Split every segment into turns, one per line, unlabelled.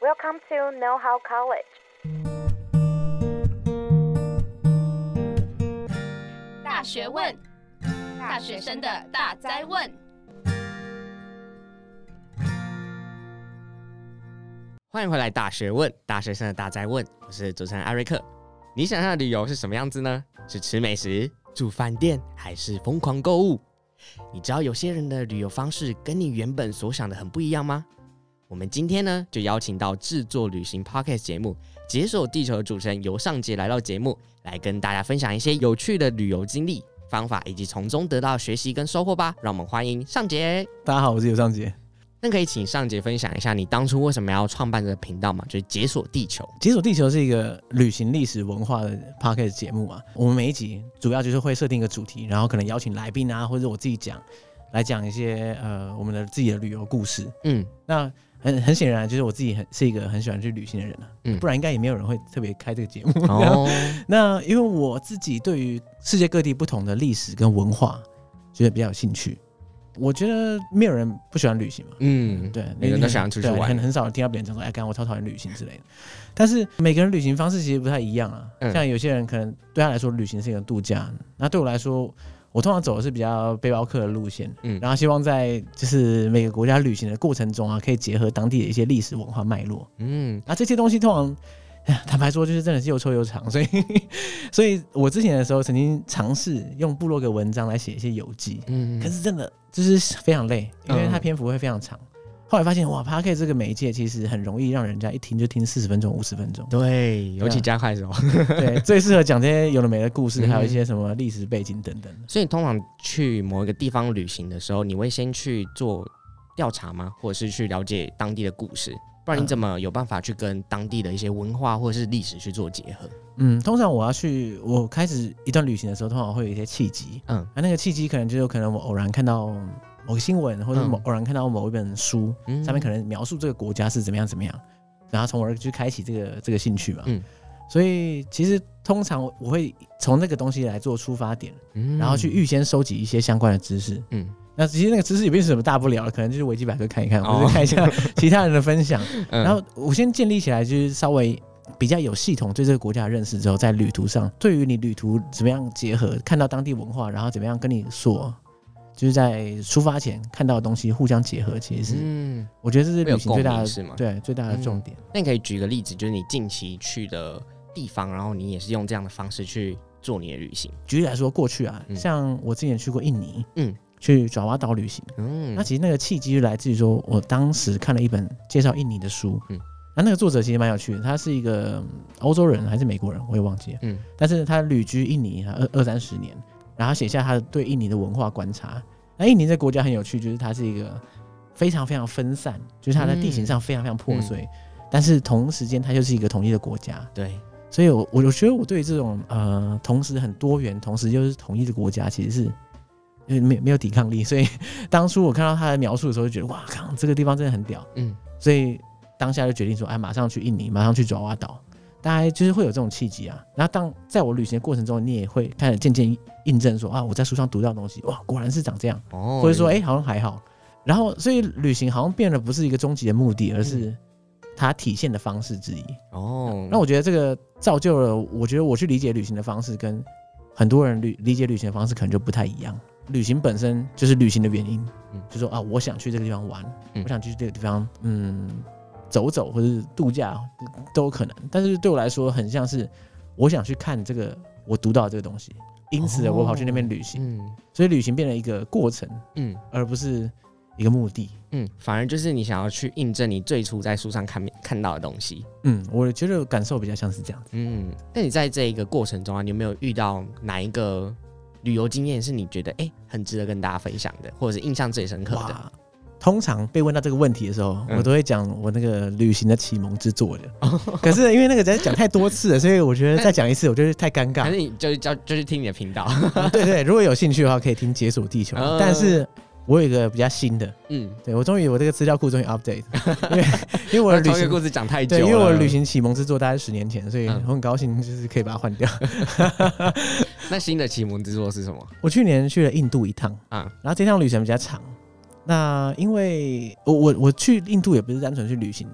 Welcome to Know How College。
大学问，大学生的大灾问。
欢迎回来，《大学问》，大学生的大灾问，我是主持人艾瑞克。你想象的旅游是什么样子呢？是吃美食、住饭店，还是疯狂购物？你知道有些人的旅游方式跟你原本所想的很不一样吗？我们今天呢，就邀请到制作旅行 Podcast 节目《解锁地球》的主持人尤尚杰来到节目，来跟大家分享一些有趣的旅游经历、方法，以及从中得到的学习跟收获吧。让我们欢迎尚杰。
大家好，我是尤尚杰。
那可以请尚杰分享一下你当初为什么要创办这个频道嘛？就是解锁地球。
解锁地球是一个旅行历史文化的 podcast 节目嘛，我们每一集主要就是会设定一个主题，然后可能邀请来宾啊，或者我自己讲，来讲一些呃我们的自己的旅游故事。
嗯，
那很很显然，就是我自己很是一个很喜欢去旅行的人啊，
嗯
不然应该也没有人会特别开这个节目。
哦，
那因为我自己对于世界各地不同的历史跟文化，觉得比较有兴趣。我觉得没有人不喜欢旅行嘛，
嗯，
对，
每个人
你
都想要出去
对
玩
很很少听到别人讲说，哎，干我超讨厌旅行之类的。但是每个人旅行方式其实不太一样啊，
嗯
像有些人可能对他来说旅行是一个度假，那对我来说，我通常走的是比较背包客的路线，
嗯
然后希望在就是每个国家旅行的过程中啊，可以结合当地的一些历史文化脉络，
嗯，
那这些东西通常。 哎呀坦白说，就是真的是又臭又长，所以， 所以我之前的时候曾经尝试用部落格文章来写一些游记，
嗯，
可是真的就是非常累，因为它
嗯，
篇幅会非常长。后来发现哇 p a r k 这个媒介其实很容易让人家一听就听四十分钟、五十分钟
对，尤其加快的时候，
对，最适合讲这些有的没的故事，
嗯
还有一些什么历史背景等等。
所以你通常去某一个地方旅行的时候，你会先去做调查吗？或者是去了解当地的故事？不然你
嗯
怎么有办法去跟当地的一些文化或者是历史去做结合？
嗯，通常我要去，我开始一段旅行的时候，通常会有一些契机，
嗯
啊，那个契机可能就是可能我偶然看到某个新闻，或者
嗯
某偶然看到某一本书，
嗯
上面可能描述这个国家是怎么样怎么样，然后从而去开启这个这个兴趣嘛。
嗯
所以其实通常我会从那个东西来做出发点，
能
然后去预先收集一些相关的知识。
嗯
那其实那个知识也不是什么大不了的，可能就是维基百科看一看，
哦
或者看一下 其他人的分享。
嗯
然后我先建立起来，就是稍微比较有系统对这个国家的认识之后，在旅途上，对于你旅途怎么样结合，看到当地文化，然后怎么样跟你所就是在出发前看到的东西互相结合，其实是、
嗯，
我觉得这是
会有
旅行最
共
大
鸣啊嗯是吗
的对最大的重点。
那你可以举个例子，就是你近期去的地方，然后你也是用这样的方式去做你的旅行。
举例来说，过去啊，
嗯
像我之前去过印尼，
嗯，
去爪哇岛旅行。
嗯
那其实那个契机就来自于说，我当时看了一本介绍印尼的书，
嗯
嗯，那那个作者其实蛮有趣的，他是一个嗯欧洲人还是美国人，我也忘记了，
嗯
但是他旅居印尼二二三十年，然后他写下他对印尼的文化观察。那印尼这个国家很有趣，就是它是一个非常非常分散，就是它在地
嗯
形上非常非常破碎，但是同时间它又是一个统一的国家，
对，
所以我，我我觉得我对这种呃，同时很多元，同时又是统一的国家，其实是因为没有没有抵抗力。所以当初我看到他的描述的时候，就觉得哇靠，这个地方真的很屌。
嗯
所以当下就决定说，哎，马上去印尼，马上去爪哇岛，大概就是会有这种契机啊。然后当在我旅行的过程中，你也会开始渐渐印证说啊，我在书上读到的东西，哇，果然是长这样，
哦，
或者说哎、好像还好。然后，所以旅行好像变得不是一个终极的目的，而是它体现的方式之一。
哦，
那我觉得这个造就了，我觉得我去理解旅行的方式跟很多人理理解旅行的方式可能就不太一样。旅行本身就是旅行的原因，
嗯
就说啊，我想去这个地方玩，
嗯
我想去这个地方，嗯，走走或者是度假都有可能。但是对我来说，很像是我想去看这个我读到的这个东西，因此我跑去那边旅行，
哦嗯
所以旅行变成一个过程，
嗯
而不是一个目的。
嗯，反而就是你想要去印证你最初在书上看看到的东西。
嗯，我觉得感受比较像是这样子。
嗯，那你在这一个过程中啊，你有没有遇到哪一个旅游经验是你觉得哎、很值得跟大家分享的，或者是印象最深刻的？
哇，通常被问到这个问题的时候，
嗯哦
我都会讲我那个旅行的启蒙之作的。可是因为那个在讲太多次了，所以我觉得 再讲一次，我觉得太尴
反
尬。
正你就是叫就是听你的频道。
嗯对对，如果有兴趣的话，可以听《解锁地球》
嗯
但是我有一个比较新的，
嗯，
对我终于我这个资料库终于 update，因 为因为我的旅
同一个
行
故事讲太久
对，
了，
因为我的旅。行启蒙之作大概十年前，所以
嗯
我很高兴就是可以把它换掉。
那新的启蒙之作是什么？
我去年去了印度一趟
啊
啊，然后这趟旅程比较长。那因为我我我去印度也不是单纯去旅行，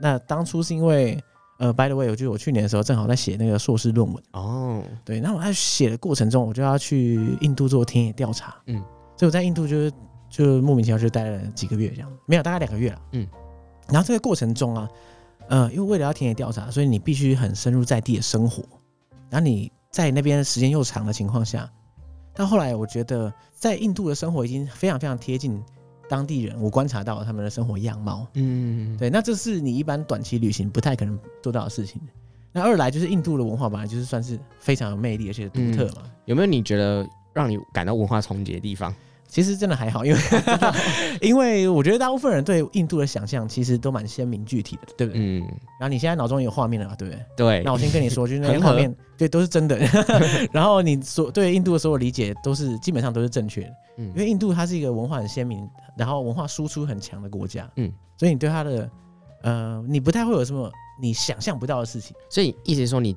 那当初是因为呃，by the way，我就是我去年的时候正好在写那个硕士论文，
哦，
对，那我在写的过程中，我就要去印度做田野调查，
嗯
嗯，所以我在印度就是就莫名其妙就待了几个月这样，没有大概两个月了，
嗯
嗯，然后这个过程中啊，呃，因为为了要田野调查，所以你必须很深入在地的生活，然后你在那边时间又长的情况下，到后来我觉得在印度的生活已经非常非常贴近当地人，我观察到他们的生活样貌，
嗯，
对，那这是你一般短期旅行不太可能做到的事情。那二来就是印度的文化本来就是算是非常有魅力而且独特嘛。
有没有你觉得让你感到文化冲击的地方？
其实真的还好，因为因为我觉得大部分人对印度的想象其实都蛮鲜明具体的，对不对？
嗯，
然后你现在脑中有画面了嘛，对不对？
对
那，我先跟你说，就是那
很
些
好
画面，对，都是真的。然后你所对印度的所有理解都是基本上都是正确的，
嗯
因为印度它是一个文化很鲜明，然后文化输出很强的国家，
嗯
嗯，所以你对它的呃，你不太会有什么你想象不到的事情。
所以意思是说你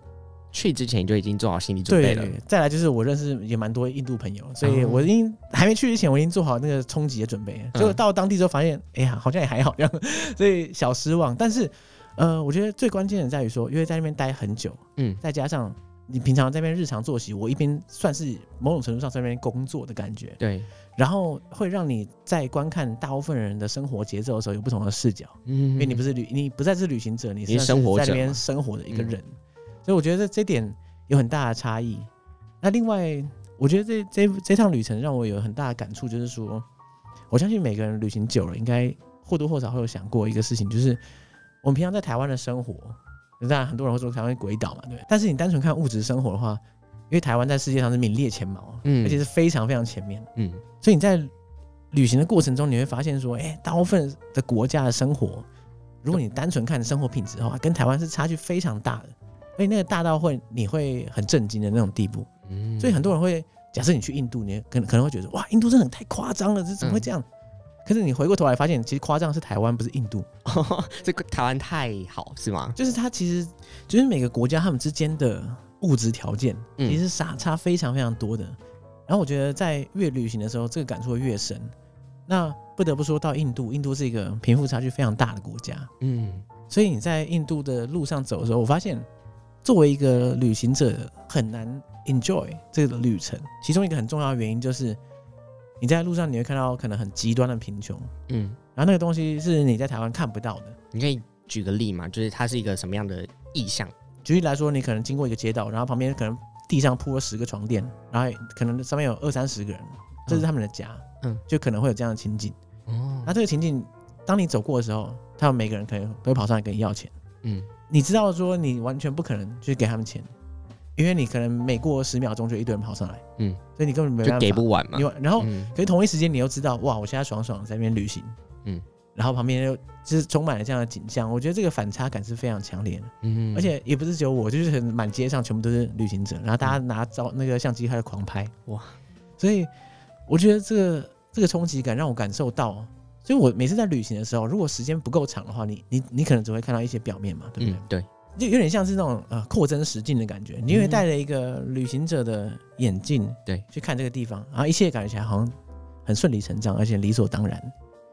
去之前你就已经做好心理准备
对
了。
再来就是我认识也蛮多印度朋友，所以
哦
我已经还没去之前，我已经做好那个冲击的准备了。结果
嗯
到当地之后发现，哎呀，好像也还好这样，所以小失望。但是，呃，我觉得最关键的在于说，因为在那边待很久，
嗯
再加上你平常在那边日常作息，我一边算是某种程度上在那边工作的感觉，
对，
然后会让你在观看大部分人的生活节奏的时候有不同的视角。
嗯，
因为你不
是
是旅，你不再是旅行者，你
你是
是
生活者
在那
嘛
边生活的一个
嗯
人，所以我觉得这点有很大的差异。那另外，我觉得这这这趟旅程让我有很大的感触，就是说，我相信每个人旅行久了，应该或多或少会有想过一个事情，就是我们平常在台湾的生活，当然很多人会说台湾是鬼岛嘛，对不对。但是你单纯看物质生活的话，因为台湾在世界上是名列前茅，啊
嗯
而且是非常非常前面的。
嗯
所以你在旅行的过程中，你会发现说，哎、大部分的国家的生活，如果你单纯看生活品质的话，跟台湾是差距非常大的，而且那个大到会你会很震惊的那种地步。
嗯，
所以很多人 会，假设你去印度，你可能可能会觉得，哇，印度真的太夸张了，这怎么会这样？可是你回过头来发现，其实夸张是台湾，不是印度。
这个台湾太好是吗？
就是它其实就是每个国家他们之间的物质条件
嗯
其实是差差非常非常多的。然后我觉得在越旅行的时候，这个感触会越深。那不得不说到印度，印度是一个贫富差距非常大的国家，
嗯
所以你在印度的路上走的时候，我发现作为一个旅行者很难 enjoy 这个旅程。其中一个很重要的原因就是你在路上你会看到可能很极端的贫穷，
嗯，
然后那个东西是你在台湾看不到的。
你可以举个例嘛，就是它是一个什么样的意象？
举例来说，你可能经过一个街道，然后旁边可能地上铺了十个床垫，然后可能上面有二三十个人，这是他们的家，
嗯
就可能会有这样的情景。
哦
那这个情景，当你走过的时候，他们每个人可能都会跑上来跟你要钱。
嗯
你知道说你完全不可能去给他们钱，因为你可能每过十秒钟就一堆人跑上来，
嗯，
所以你根本没办
就
法
给不完嘛
你。然后，
嗯
可是同一时间你又知道，哇，我现在爽爽地在那边旅行，
嗯
嗯，然后旁边又就是充满了这样的景象，我觉得这个反差感是非常强烈的。
嗯
而且也不是只有我，就是很满街上全部都是旅行者，然后大家拿照那个相机开始狂拍，
哇！
所以我觉得这个这个冲击感让我感受到，所以我每次在旅行的时候，如果时间不够长的话，你你你可能只会看到一些表面嘛，对不对？
嗯对，
就有点像是那种呃扩增实境的感觉，你因为戴了一个旅行者的眼镜，
对
去看这个地方，然后一切感觉起来好像很顺理成章，而且理所当然。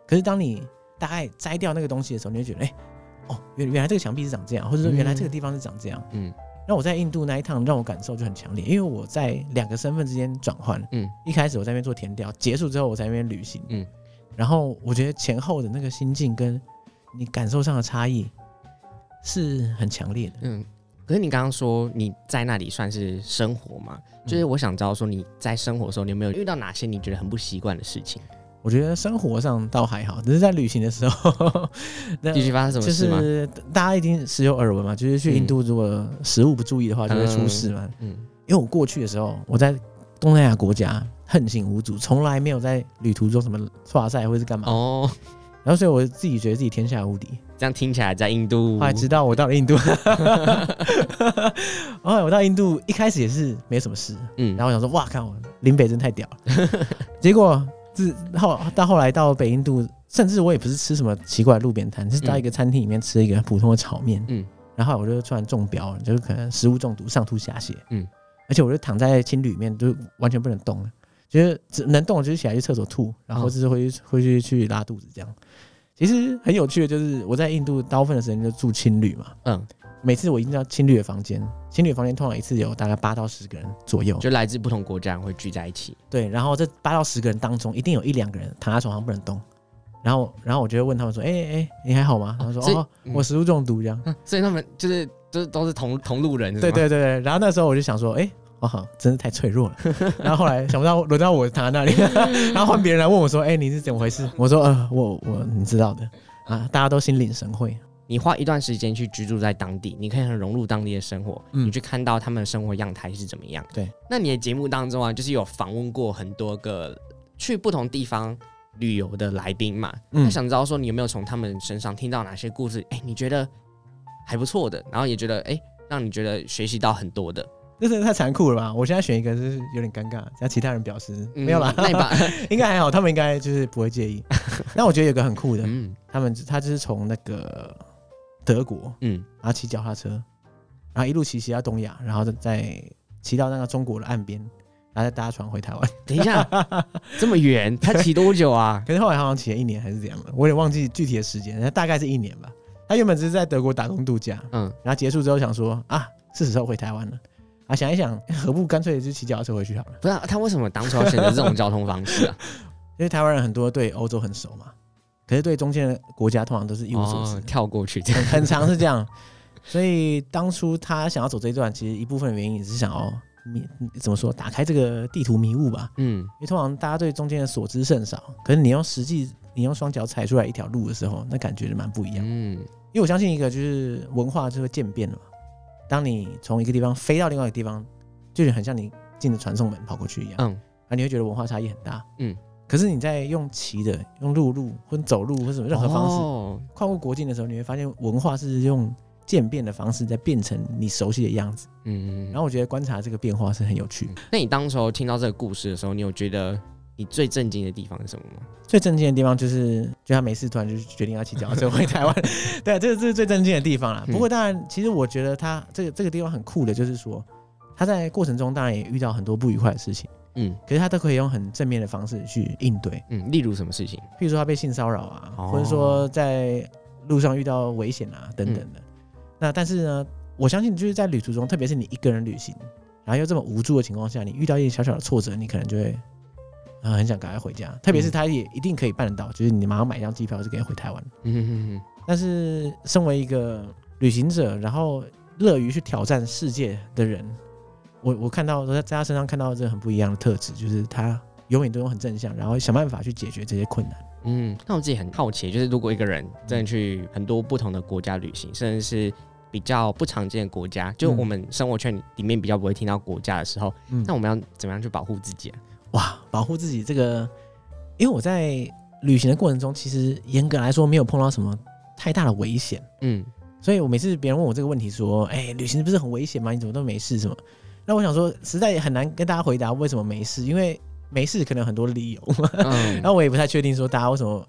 可是当你大概摘掉那个东西的时候，你会觉得，哎、哦，原原来这个墙壁是长这样，或者说
嗯
原来这个地方是长这样。
嗯
那我在印度那一趟让我感受就很强烈，因为我在两个身份之间转换，
嗯
一开始我在那边做填调，结束之后我在那边旅行，
嗯
嗯，然后我觉得前后的那个心境跟你感受上的差异是很强烈的。
嗯。可是你刚刚说你在那里算是生活嘛？
嗯
就是我想知道说你在生活的时候，你有没有遇到哪些你觉得很不习惯的事情？
我觉得生活上倒还好，只是在旅行的时候， 那
继续发生什么
呃就
事吗？
是大家一定时有耳闻嘛，就是去印度如果食物不注意的话，就会出事嘛。
嗯
因为我过去的时候，我在东南亚国家横行无阻，从来没有在旅途中什么刷赛或是干嘛，
哦，
然后所以我自己觉得自己天下无敌。
这样听起来在印度
后来知道我到了印度， 后来我到印度一开始也是没什么事，
嗯
然后我想说，哇，看我林北真太屌了。 结果自后到后来到北印度，甚至我也不是吃什么奇怪的路边摊，是到一个餐厅里面吃一个普通的炒面。
嗯
嗯，然后我就突然中标了，就是可能食物中毒，上吐下泻。
嗯
嗯，而且我就躺在青旅里面，就完全不能嗯动了，就是只能动就是起来去厕所吐，然后就是回去、回去去拉肚子这样。其实很有趣的就是我在印度大部分的时间就住青旅嘛，
嗯，
每次我一进到青旅的房间，青旅的房间通常一次有大概八到十个人左右，
就来自不同国家会聚在一起。
对，然后这八到十个人当中，一定有一两个人躺在床上不能动。然后，然后我就会问他们说：“哎、哎、哎你还好吗？”他们说：“
所以
哦，
嗯
我食物中毒这样。
所以他们就是就是都是同同路人，
嗯
是吗
对对对对。然后那时候我就想说：“哎、我好，真是太脆弱 了。”然后后来想不到轮到我躺在那里，然后换别人来问我说：“哎、你是怎么回事？”我说：“呃，我我你知道的啊，大家都心领神会。
你花一段时间去居住在当地，你可以很融入当地的生活，
嗯
你去看到他们的生活样态是怎么样。
对，
那你的节目当中啊，就是有访问过很多个去不同地方旅游的来宾嘛，
嗯
那想知道说你有没有从他们身上听到哪些故事？哎、你觉得还不错的，然后也觉得哎、让你觉得学习到很多的。”
这真的太残酷了吧！我现在选一个就是有点尴尬，然后其他人表示、
嗯
没有啦，
那 你把
应该还好，他们应该就是不会介 意。那我觉得有个很酷的，
嗯
他们他就是从那个德国，
嗯
然后骑脚踏车，然后一路骑骑到东亚，然后再再骑到那个中国的岸边，然后再搭船回台湾。
等一下，这么远，他骑多久啊？
可是后来好像骑了一年还是怎样的，我有点忘记具体的时间，但大概是一年吧。他原本只是在德国打工度假，
嗯，
然后结束之后想说啊，是时候回台湾了。啊，想一想，何不干脆就骑脚踏车回去好了？
不是啊、他为什么当初要选择这种交通方式 啊？
因为台湾人很多对欧洲很熟嘛，可是对中间的国家通常都是一无所知
哦，跳过去这 样。
很很长是这样。所以当初他想要走这一段，其实一部分原因也是想要迷，怎么说，打开这个地图迷雾吧。
嗯，
因为通常大家对中间的所知甚少，可是你用实际，你用双脚踩出来一条路的时候，那感觉是蛮不一样。
嗯，
因为我相信一个就是文化就会渐变了嘛。当你从一个地方飞到另外一个地方，就是很像你进了传送门跑过去一样，
嗯，
啊，你会觉得文化差异很大。
嗯，
可是你在用骑的、用陆路或者走路或者什么任何方式，
哦、
跨过国境的时候，你会发现文化是用渐变的方式在变成你熟悉的样子。
嗯，
然后我觉得观察这个变化是很有趣的。
那你当时候听到这个故事的时候，你有觉得你最震惊的地方是什么吗？
最震惊的地方就是，就他没事突然就决定要骑脚踏车回台湾，对，这个这是最震惊的地方啦。
嗯
不过当然，其实我觉得他这个这个地方很酷的，就是说他在过程中当然也遇到很多不愉快的事情，
嗯
可是他都可以用很正面的方式去应对。
嗯，例如什么事情？
譬如说他被性骚扰啊，
哦
或者说在路上遇到危险啊等等的。那但是呢，我相信就是在旅途中，特别是你一个人旅行，然后又这么无助的情况下，你遇到一些小小的挫折，你可能就会。啊、很想赶快回家，特别是他也一定可以办得到，就是你马上买一张机票就可以回台湾。
嗯
但是身为一个旅行者，然后乐于去挑战世界的人，我我看到我在在他身上看到这很不一样的特质，就是他永远都有很正向，然后想办法去解决这些困难。
嗯，那我自己很好奇，就是如果一个人真的去很多不同的国家旅行，甚至是比较不常见的国家，就
嗯
我们生活圈里面比较不会听到国家的时候，
嗯
那我们要怎么样去保护自己啊？
哇，保护自己这个，因为我在旅行的过程中，其实严格来说没有碰到什么太大的危险，
嗯
所以我每次别人问我这个问题说，哎、旅行不是很危险吗？你怎么都没事什么？那我想说，实在也很难跟大家回答为什么没事，因为没事可能有很多 理由，
嗯
那我也不太确定说大家为什么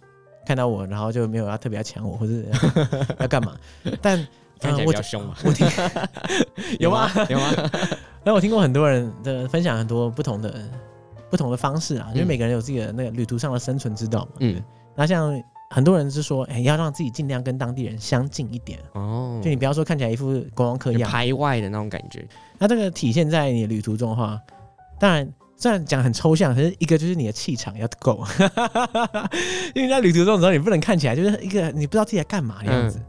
看到我，然后就没有要特别要抢我或者 要干嘛，但。
看起来
呃我
比较凶嘛
我听有吗？
有啊吗？
那我听过很多人的分享，很多不同的不同的方式啊，因为
嗯
每个人有自己的那个旅途上的生存之道嘛。
嗯，
那像很多人是说，哎、要让自己尽量跟当地人相近一点，
哦，
就你不要说看起来一副观光客
就
样。
排外的那种感觉。
那这个体现在你的旅途中的话，当然虽然讲很抽象，可是一个就是你的气场要够， 因为在旅途中的时候，你不能看起来就是一个你不知道自己在干嘛的样子。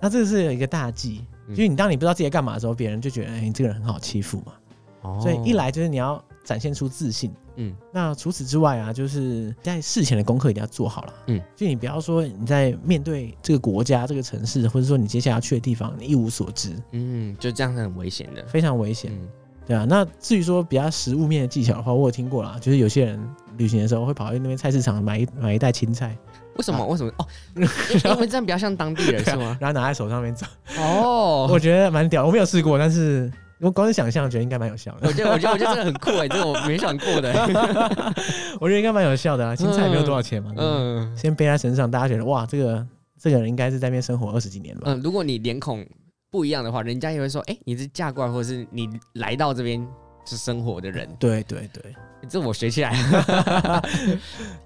那这是有一个大忌，
嗯
就是你当你不知道自己在干嘛的时候，别人就觉得哎、你这个人很好欺负嘛。
哦
所以一，来就是你要展现出自信，
嗯，
那除此之外啊，就是在事前的功课一定要做好了，
嗯，
就你不要说你在面对这个国家、这个城市，或者说你接下来要去的地方，你一无所知，
嗯，就这样是很危险的。
非常危险，
嗯
对啊。那至于说比较实物面的技巧的话，我有听过啦，就是有些人旅行的时候会跑去那边菜市场买一买一袋青菜，
为什么？
啊
为什么？哦，因因为这样比较像当地人是吗？
然后拿在手上面走，
哦
我，觉得蛮屌，我没有试过，但是我光是想象觉得应该蛮有效的，
我觉得我觉得我觉得这个很酷哎，这个我没想过 的。
我觉得应该蛮有效的啊。青菜也没有多少钱嘛，嗯，
嗯
先背在身上，大家觉得哇，这个这个人应该是在那边生活二十几年了吧。
嗯，如果你脸孔不一样的话，人家也会说，哎，你是嫁过来，或者是你来到这边是生活的人，
对对对
这我学起来了。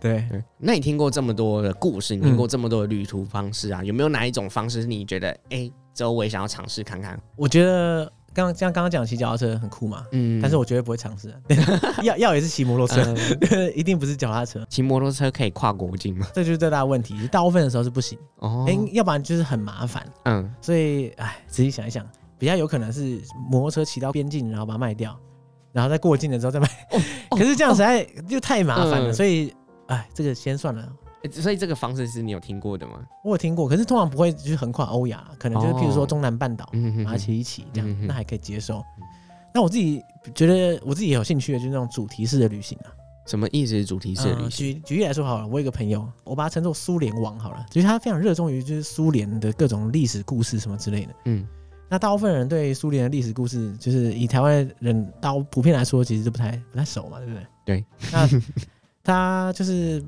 对，
对 那你听过这么多的故事，你听过这么多的旅途方式啊，有没有哪一种方式是你觉得，哎、周围想要尝试看看？
我觉得刚像刚刚讲骑脚踏车很酷嘛，
嗯呃
但是我绝对不会尝试啊， 要要也是骑摩托车， 一定不是脚踏车，
骑摩托车可以跨国境吗？
这就是最大的问题。大部分的时候是不行，
哦
哎、，要不然就是很麻烦。
嗯，
所以，哎，仔细想一想，比较有可能是摩托车骑到边境，然后把它卖掉，然后再过境的时候再卖。 可是这样实在就太麻烦了，
哦嗯
所以，哎，这个先算了。
诶所以这个方式是你有听过的吗？
我有听过，可是通常不会就是横跨欧亚，可能就是譬如说
哦
中南半岛，
嗯哼
把它骑一骑这样，
嗯哼
那还可以接受。那我自己觉得我自己有兴趣的就是那种主题式的旅行啊。
什么意思？主题是旅
嗯
行？
举举例来说好了，我有一个朋友，我把他称作苏联王好了，就是他非常热衷于就是苏联的各种历史故事什么之类的。
嗯
那大部分人对苏联的历史故事，就是以台湾人大部普遍来说，其实都不太不太熟嘛，对不对？
对。
那他就是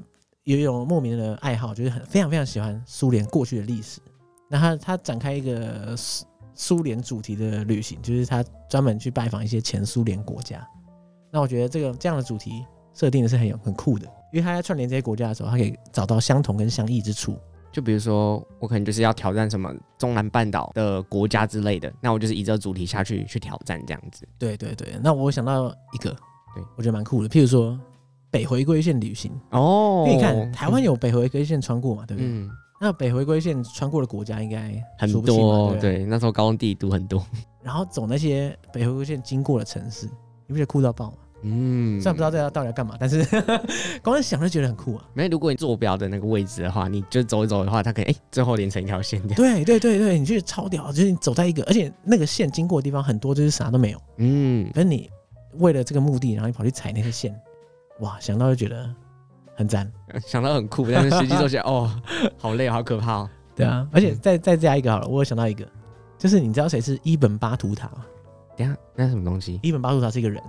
有一种莫名的爱好，就是很非常非常喜欢苏联过去的历史。那他他展开一个苏苏联主题的旅行，就是他专门去拜访一些前苏联国家。那我觉得这个这样的主题设定的是很有很酷的，因为他在串联这些国家的时候，他可以找到相同跟相异之处。
就比如说，我可能就是要挑战什么中南半岛的国家之类的，那我就是以这个主题下去去挑战这样子。
对对对，那我想到一个，
对
我觉得蛮酷的，譬如说北回归线旅行，
哦
因为你看台湾有北回归线穿过嘛，对不对？
嗯
那北回归线穿过的国家应该
很
数不清嘛
多
对不对
对，那时候高中地理读很多，
然后走那些北回归线经过的城市，你不觉得酷到爆吗？
嗯，
虽然不知道这要到底要干嘛，但是 光是想就觉得很酷啊！
没有，如果你坐标的那个位置的话，你就走一走的话，它可以哎、最后连成一条线这样。
对对对对，你觉得超屌，就是你走在一个，而且那个线经过的地方很多就是啥都没有，
嗯，
可是你为了这个目的，然后你跑去踩那些线，哇，想到就觉得很赞。
想到很酷，但是实际做起来哦，好累，好可怕哦。
对啊，而且再再加一个好了，我有想到一个，就是你知道谁是伊本巴图塔吗？
等一下那是什么东西？
伊本巴图塔是一个人，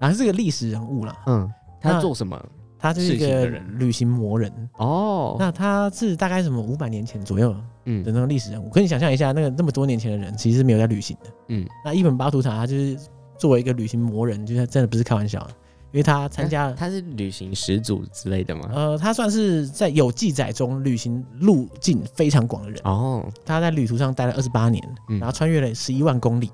然后是个历史人物啦，
嗯，他
那
做什么？
他就是一
事情
个
的人
旅行魔人。
哦，
那他是大概什么五百年前左右的
嗯
那种历史人物，可你想象一下，那个那么多年前的人其实是没有在旅行的。
嗯，
那伊本巴图塔他就是作为一个旅行魔人，就是他真的不是开玩笑的，因为他参加了
他是旅行始祖之类的吗？
呃，他算是在有记载中旅行路径非常广的人。
哦，
他在旅途上待了二十八年，
嗯
然后穿越了十一万公里。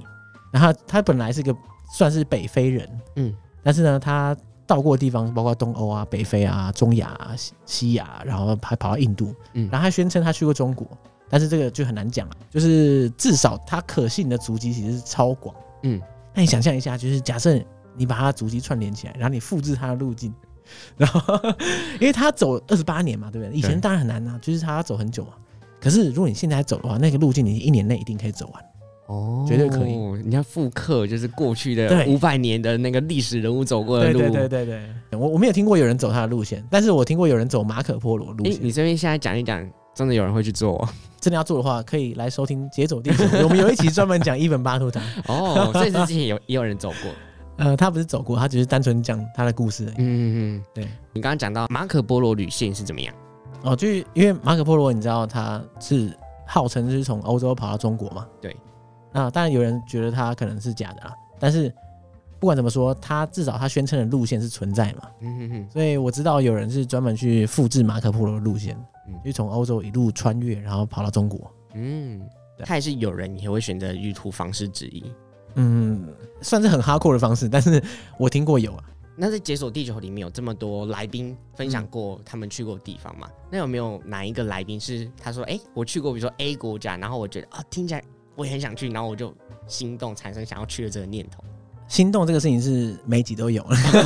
然后他他本来是个算是北非人，
嗯，
但是呢，他到过的地方包括东欧啊、北非啊、中亚、啊、西西亚，然后还跑到印度，
嗯
然后他宣称他去过中国，但是这个就很难讲了。啊就是至少他可信的足迹其实是超广，
嗯，
那你想象一下，就是假设你把他的足迹串联起来，然后你复制他的路径。然后， 因为他走二十八年嘛，对不对？以前
对
当然很难啊，就是他要走很久嘛。可是如果你现在走的话，那个路径你一年内一定可以走完。
哦，
绝对可以
以。你要复刻就是过去的
对
五百年的那个历史人物走过的
对
呃路。
对对对对，我我没有听过有人走他的路线，但是我听过有人走马可波罗路
诶
线。
你这边现在讲一讲，真的有人会去做哦
真的要做的话，可以来收听《解走地球》，我们有一期专门讲伊本巴图 塔。
哦，所以是之前有也有人走过。
呃，他不是走过，他只是单纯讲他的故事而已。
嗯嗯嗯，
对。
你刚刚讲到马可波罗旅线是怎么样？
哦，就是因为马可波罗，你知道他是号称是从欧洲跑到中国嘛？
对。
那当然有人觉得他可能是假的啦，但是不管怎么说，他至少他宣称的路线是存在嘛。
嗯嗯嗯，
所以我知道有人是专门去复制马可波罗的路线，
嗯
就从欧洲一路穿越，然后跑到中国。
嗯，
对
他也是有人也会选择旅途方式之一。
嗯，算是很哈扣的方式，但是我听过有啊。
那在《解锁地球》里面有这么多来宾分享过他们去过的地方嘛？那有没有哪一个来宾是他说，哎、我去过，比如说 A 国家，然后我觉得啊，听起来我也很想去，然后我就心动，产生想要去的这个念头？
心动这个事情是每集都有，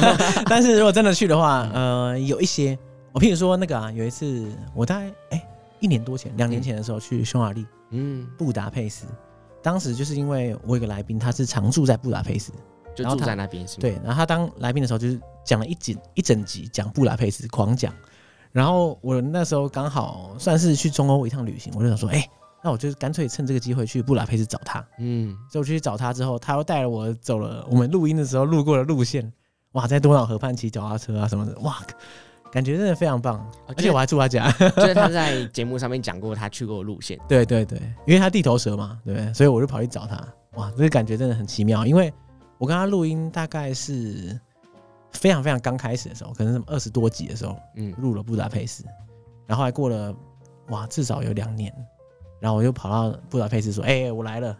但是如果真的去的话，呃，有一些，我譬如说那个啊，有一次我大概哎、一年多前，两年前的时候去匈牙利
嗯，
布达佩斯，当时就是因为我有个来宾，他是常住在布达佩斯，
就
然后
住
他
在那边是吗？
对，，然后他当来宾的时候就是讲了一整一整集讲布达佩斯，狂讲，然后我那时候刚好算是去中欧一趟旅行，我就想说，哎、那我就干脆趁这个机会去布达佩斯找他，
嗯，
所以我去找他之后，他又带了我走了我们录音的时候路过的路线，哇，在多瑙河畔骑脚踏车啊什么的，哇，感觉真的非常棒，
而
而且我还住他家，
哦就是他在节目上面讲过他去过的路线。
对对对，因为他地头蛇嘛，对不对？所以我就跑去找他，哇，这个感觉真的很奇妙，因为我跟他录音大概是非常非常刚开始的时候，可能什么二十多集的时候
嗯
入了布达佩斯，然后还过了哇至少有两年，然后我就跑到布达佩斯说：“哎、我来了。”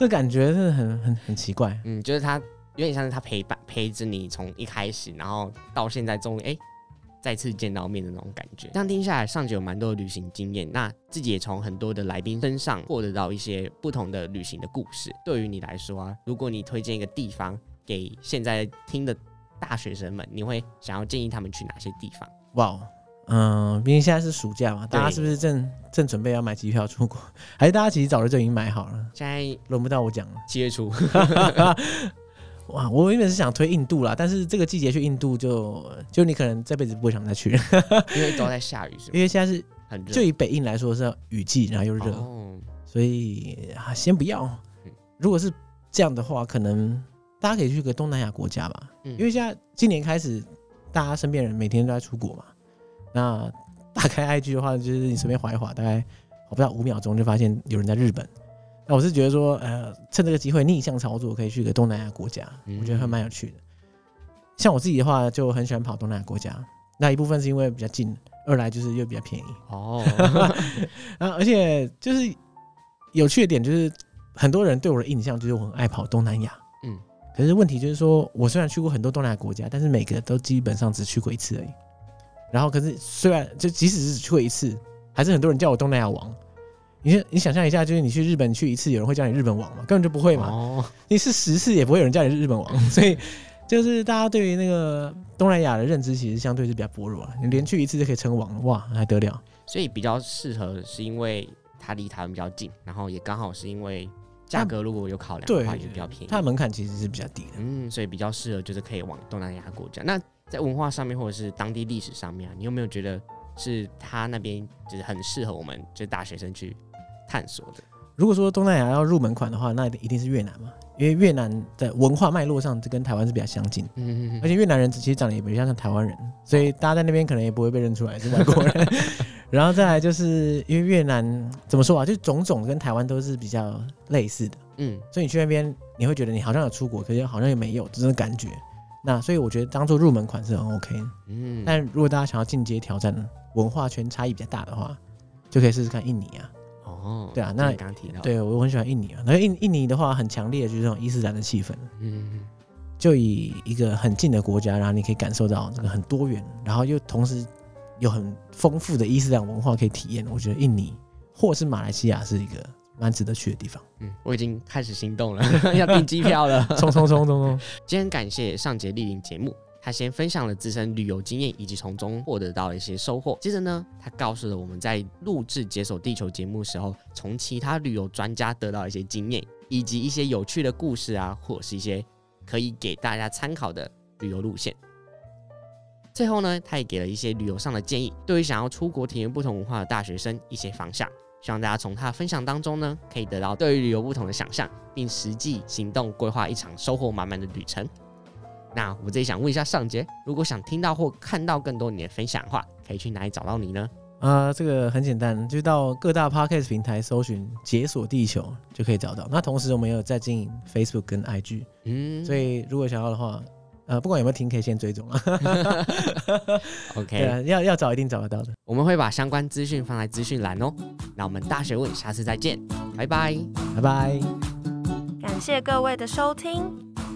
这感觉是很很很奇怪，
嗯，就是他有点像是他陪伴陪着你从一开始，然后到现在终于哎、再次见到面的那种感觉。这样听下来，上集有蛮多的旅行经验，那自己也从很多的来宾身上获得到一些不同的旅行的故事。对于你来说啊，如果你推荐一个地方给现在听的大学生们，你会想要建议他们去哪些地方？
哇哦。嗯，毕竟现在是暑假嘛，大家
对
是不是正正准备要买机票出国？还是大家其实早就就已经买好了，
现在
轮不到我讲了。
七月初，
哇，我原本是想推印度啦，但是这个季节去印度就就你可能这辈子不会想再去，
因为都在下雨，是吗
因？为现在是
很热，
就以北印来说是雨季，然后又热，
哦，
所以、啊、先不要
嗯。
如果是这样的话，可能大家可以去个东南亚国家吧，
嗯
因为现在今年开始，大家身边人每天都在出国嘛。那打开 IG 的话，就是你随便划一划，大概划不到五秒钟就发现有人在日本。那我是觉得说，呃，趁这个机会逆向操作，可以去个东南亚国家，
嗯
我觉得还蛮有趣的。像我自己的话，就很喜欢跑东南亚国家。那一部分是因为比较近，二来就是又比较便宜。
哦，
啊，而且就是有趣的点就是，很多人对我的印象就是我很爱跑东南亚。
嗯
嗯，可是问题就是说，我虽然去过很多东南亚国家，但是每个都基本上只去过一次而已。然后，可是虽然就即使是只去过一次，还是很多人叫我东南亚王。你就你想象一下，就是你去日本去一次，有人会叫你日本王吗？根本就不 会嘛。
哦，
你是十次也不会有人叫你日本王，所以就是大家对于那个东南亚的认知其实相对是比较薄弱啊。你连去一次就可以称王，哇，还得了？
所以比较适合是因为它离台湾比较近，然后也刚好是因为价格如果有考量的话
对
也比较便宜
它。的门槛其实是比较低的。
嗯，所以比较适合就是可以往东南亚国家。那在文化上面或者是当地历史上面啊，你有没有觉得是它那边就是很适合我们就是大学生去探索的？
如果说东南亚要入门款的话，那一定是越南嘛，因为越南的文化脉络上跟台湾是比较相近，
嗯
而且越南人其实长得也比较像台湾人，所以大家在那边可能也不会被认出来是外国人。 然后再来就是因为越南怎么说啊，就种种跟台湾都是比较类似的，
嗯，
所以你去那边你会觉得你好像有出国，可是好像也没有，这种感觉。那所以我觉得当做入门款是很 OK 的。
嗯
但如果大家想要进阶挑战文化圈差异比较大的话，就可以试试看印尼啊。
哦，
对啊
这
那
你刚刚提到，，
对，我很喜欢印尼啊。那印印尼的话，很强烈的就是这种伊斯兰的气氛，
嗯，
就以一个很近的国家，然后你可以感受到这个很多元，然后又同时有很丰富的伊斯兰文化可以体验。我觉得印尼或是马来西亚是一个蛮值得去的地方。
嗯，我已经开始心动了， 要订机票了。
冲冲冲冲冲！
今天感谢上节莅临节目，他先分享了自身旅游经验以及从中获得到的一些收获。接着呢，他告诉了我们在录制《解锁地球》节目时候，从其他旅游专家得到一些经验，以及一些有趣的故事啊，或者是一些可以给大家参考的旅游路线。最后呢，他也给了一些旅游上的建议，对于想要出国体验不同文化的大学生一些方向。希望大家从他的分享当中呢，可以得到对于旅游不同的想象，并实际行动规划一场收获满满的旅程。那我这里想问一下尚杰，如果想听到或看到更多你的分享的话，可以去哪里找到你呢？
啊、这个很简单，就到各大 podcast 平台搜寻“解锁地球”就可以找到。那同时我们也有在经营 Facebook 跟 IG，
嗯，
所以如果想要的话，呃，不管有没有听，可以先追踪啊。 对
OK，、
啊，要要找一定找得到的。
我们会把相关资讯放在资讯栏哦。那我们大学问，下次再见，拜拜。
拜拜。
感谢各位的收听。